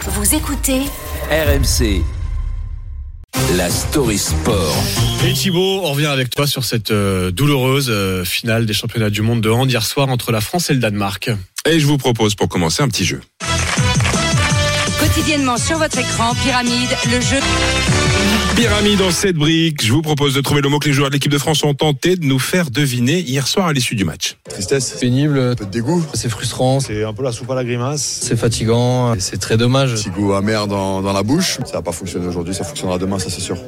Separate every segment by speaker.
Speaker 1: Vous écoutez
Speaker 2: RMC. La story sport.
Speaker 3: Et Thibaut, on revient avec toi sur cette euh, douloureuse euh, finale des championnats du monde de hand hier soir entre la France et le Danemark.
Speaker 4: Et je vous propose pour commencer un petit jeu.
Speaker 5: Quotidiennement sur votre écran, Pyramide, le jeu.
Speaker 4: Pyramide en 7 briques, je vous propose de trouver le mot que les joueurs de l'équipe de France ont tenté de nous faire deviner hier soir à l'issue du match.
Speaker 6: Tristesse,
Speaker 7: pénible,
Speaker 6: un peu de dégoût,
Speaker 7: c'est frustrant,
Speaker 8: C'est un peu la soupe à la grimace.
Speaker 7: c'est fatigant, et c'est très dommage.
Speaker 6: petit goût amer dans, dans la bouche. Ça n'a pas fonctionné aujourd'hui, ça fonctionnera demain, ça c'est sûr.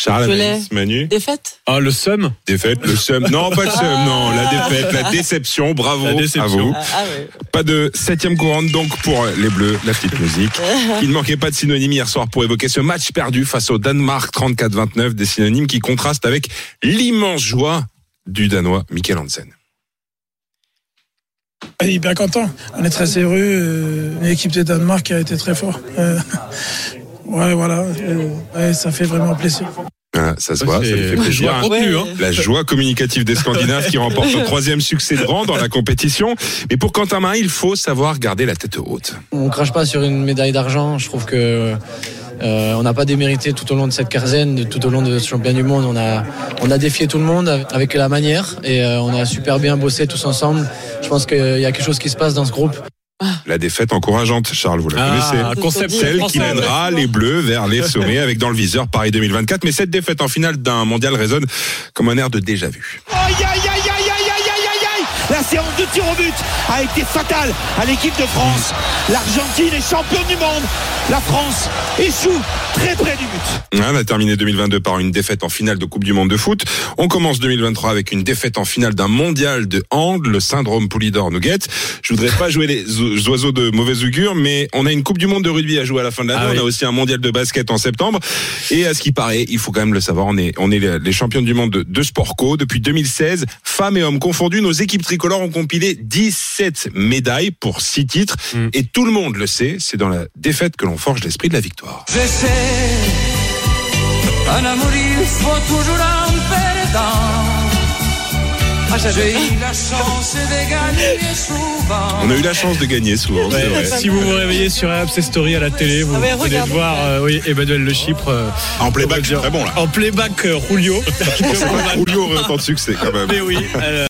Speaker 4: Charles,
Speaker 9: Je l'ai.
Speaker 4: Anaïs, Manu,
Speaker 9: Défaite
Speaker 3: Ah, le seum
Speaker 4: défaite, le seum. Non, pas le seum, non, la défaite, la déception, bravo
Speaker 3: La déception.
Speaker 4: à vous.
Speaker 9: Ah, ah ouais.
Speaker 4: Pas de septième couronne donc pour les Bleus, la petite musique. Il ne manquait pas de synonymes hier soir pour évoquer ce match perdu face au Danemark 34-29, des synonymes qui contrastent avec l'immense joie du Danois Michael Hansen.
Speaker 10: On Ah, est hyper content. On est très heureux. euh, L'équipe de Danemark a été très forte. Euh, ouais, voilà. euh, ouais, ça fait vraiment plaisir.
Speaker 4: Voilà, Hein, ça se voit, ça lui fait plaisir.
Speaker 3: bien contenu,
Speaker 9: Ouais.
Speaker 3: hein.
Speaker 4: La joie communicative des Scandinaves qui remportent le troisième succès de rang dans la compétition. Mais pour Quentin Marin, il faut savoir garder la tête haute.
Speaker 7: On crache pas sur une médaille d'argent. Je trouve que euh, on n'a pas démérité tout au long de cette quinzaine, de- tout au long de ce championnat du monde. On a on a défié tout le monde avec la manière et euh, on a super bien bossé tous ensemble. Je pense qu'il y a quelque chose qui se passe dans ce groupe.
Speaker 4: La défaite encourageante, Charles, vous la connaissez.
Speaker 3: Ah, un concept
Speaker 4: Celle qui
Speaker 3: français.
Speaker 4: mènera les Bleus vers les sommets avec dans le viseur Paris 2024. Mais cette défaite en finale d'un mondial résonne comme un air de déjà vu.
Speaker 11: Aïe aïe aïe aïe aïe aïe aïe aïe aïe La séance de tir au but a été fatale à l'équipe de France. L'Argentine est championne du monde. La France échoue très près du but.
Speaker 4: On Hein, a terminé 2022 par une défaite en finale de Coupe du Monde de foot. On commence 2023 avec une défaite en finale d'un mondial de hand, le syndrome Poulidor Nugget. Je voudrais pas jouer les o- oiseaux de mauvaise augure, mais on a une Coupe du Monde de rugby à jouer à la fin de l'année.
Speaker 3: Ah
Speaker 4: on a
Speaker 3: oui.
Speaker 4: aussi un mondial de basket en septembre. Et à ce qui paraît, il faut quand même le savoir, on est, on est les- les champions du monde de, de sport co. Depuis 2016, femmes et hommes confondus, nos équipes tricolores ont compilé 17 médailles pour 6 titres.
Speaker 3: Mm.
Speaker 4: Et tout le monde le sait, c'est dans la défaite que l'on forge l'esprit de la victoire.
Speaker 5: Je sais, un amour, il faut toujours un perdant. J'ai eu la chance de gagner souvent.
Speaker 4: On a eu la chance de gagner souvent. c'est
Speaker 3: Ouais,
Speaker 4: vrai.
Speaker 3: Si vous vous réveillez sur RMC Story à la télé, vous
Speaker 9: Ah ouais,
Speaker 3: allez
Speaker 9: regarde.
Speaker 3: voir euh, oui, Emmanuel Le Chypre euh,
Speaker 4: En playback,
Speaker 3: comment
Speaker 4: c'est
Speaker 3: dire,
Speaker 4: très bon là.
Speaker 3: en playback euh, Rulio.
Speaker 4: Julio aurait autant de succès quand même.
Speaker 3: Mais oui, euh,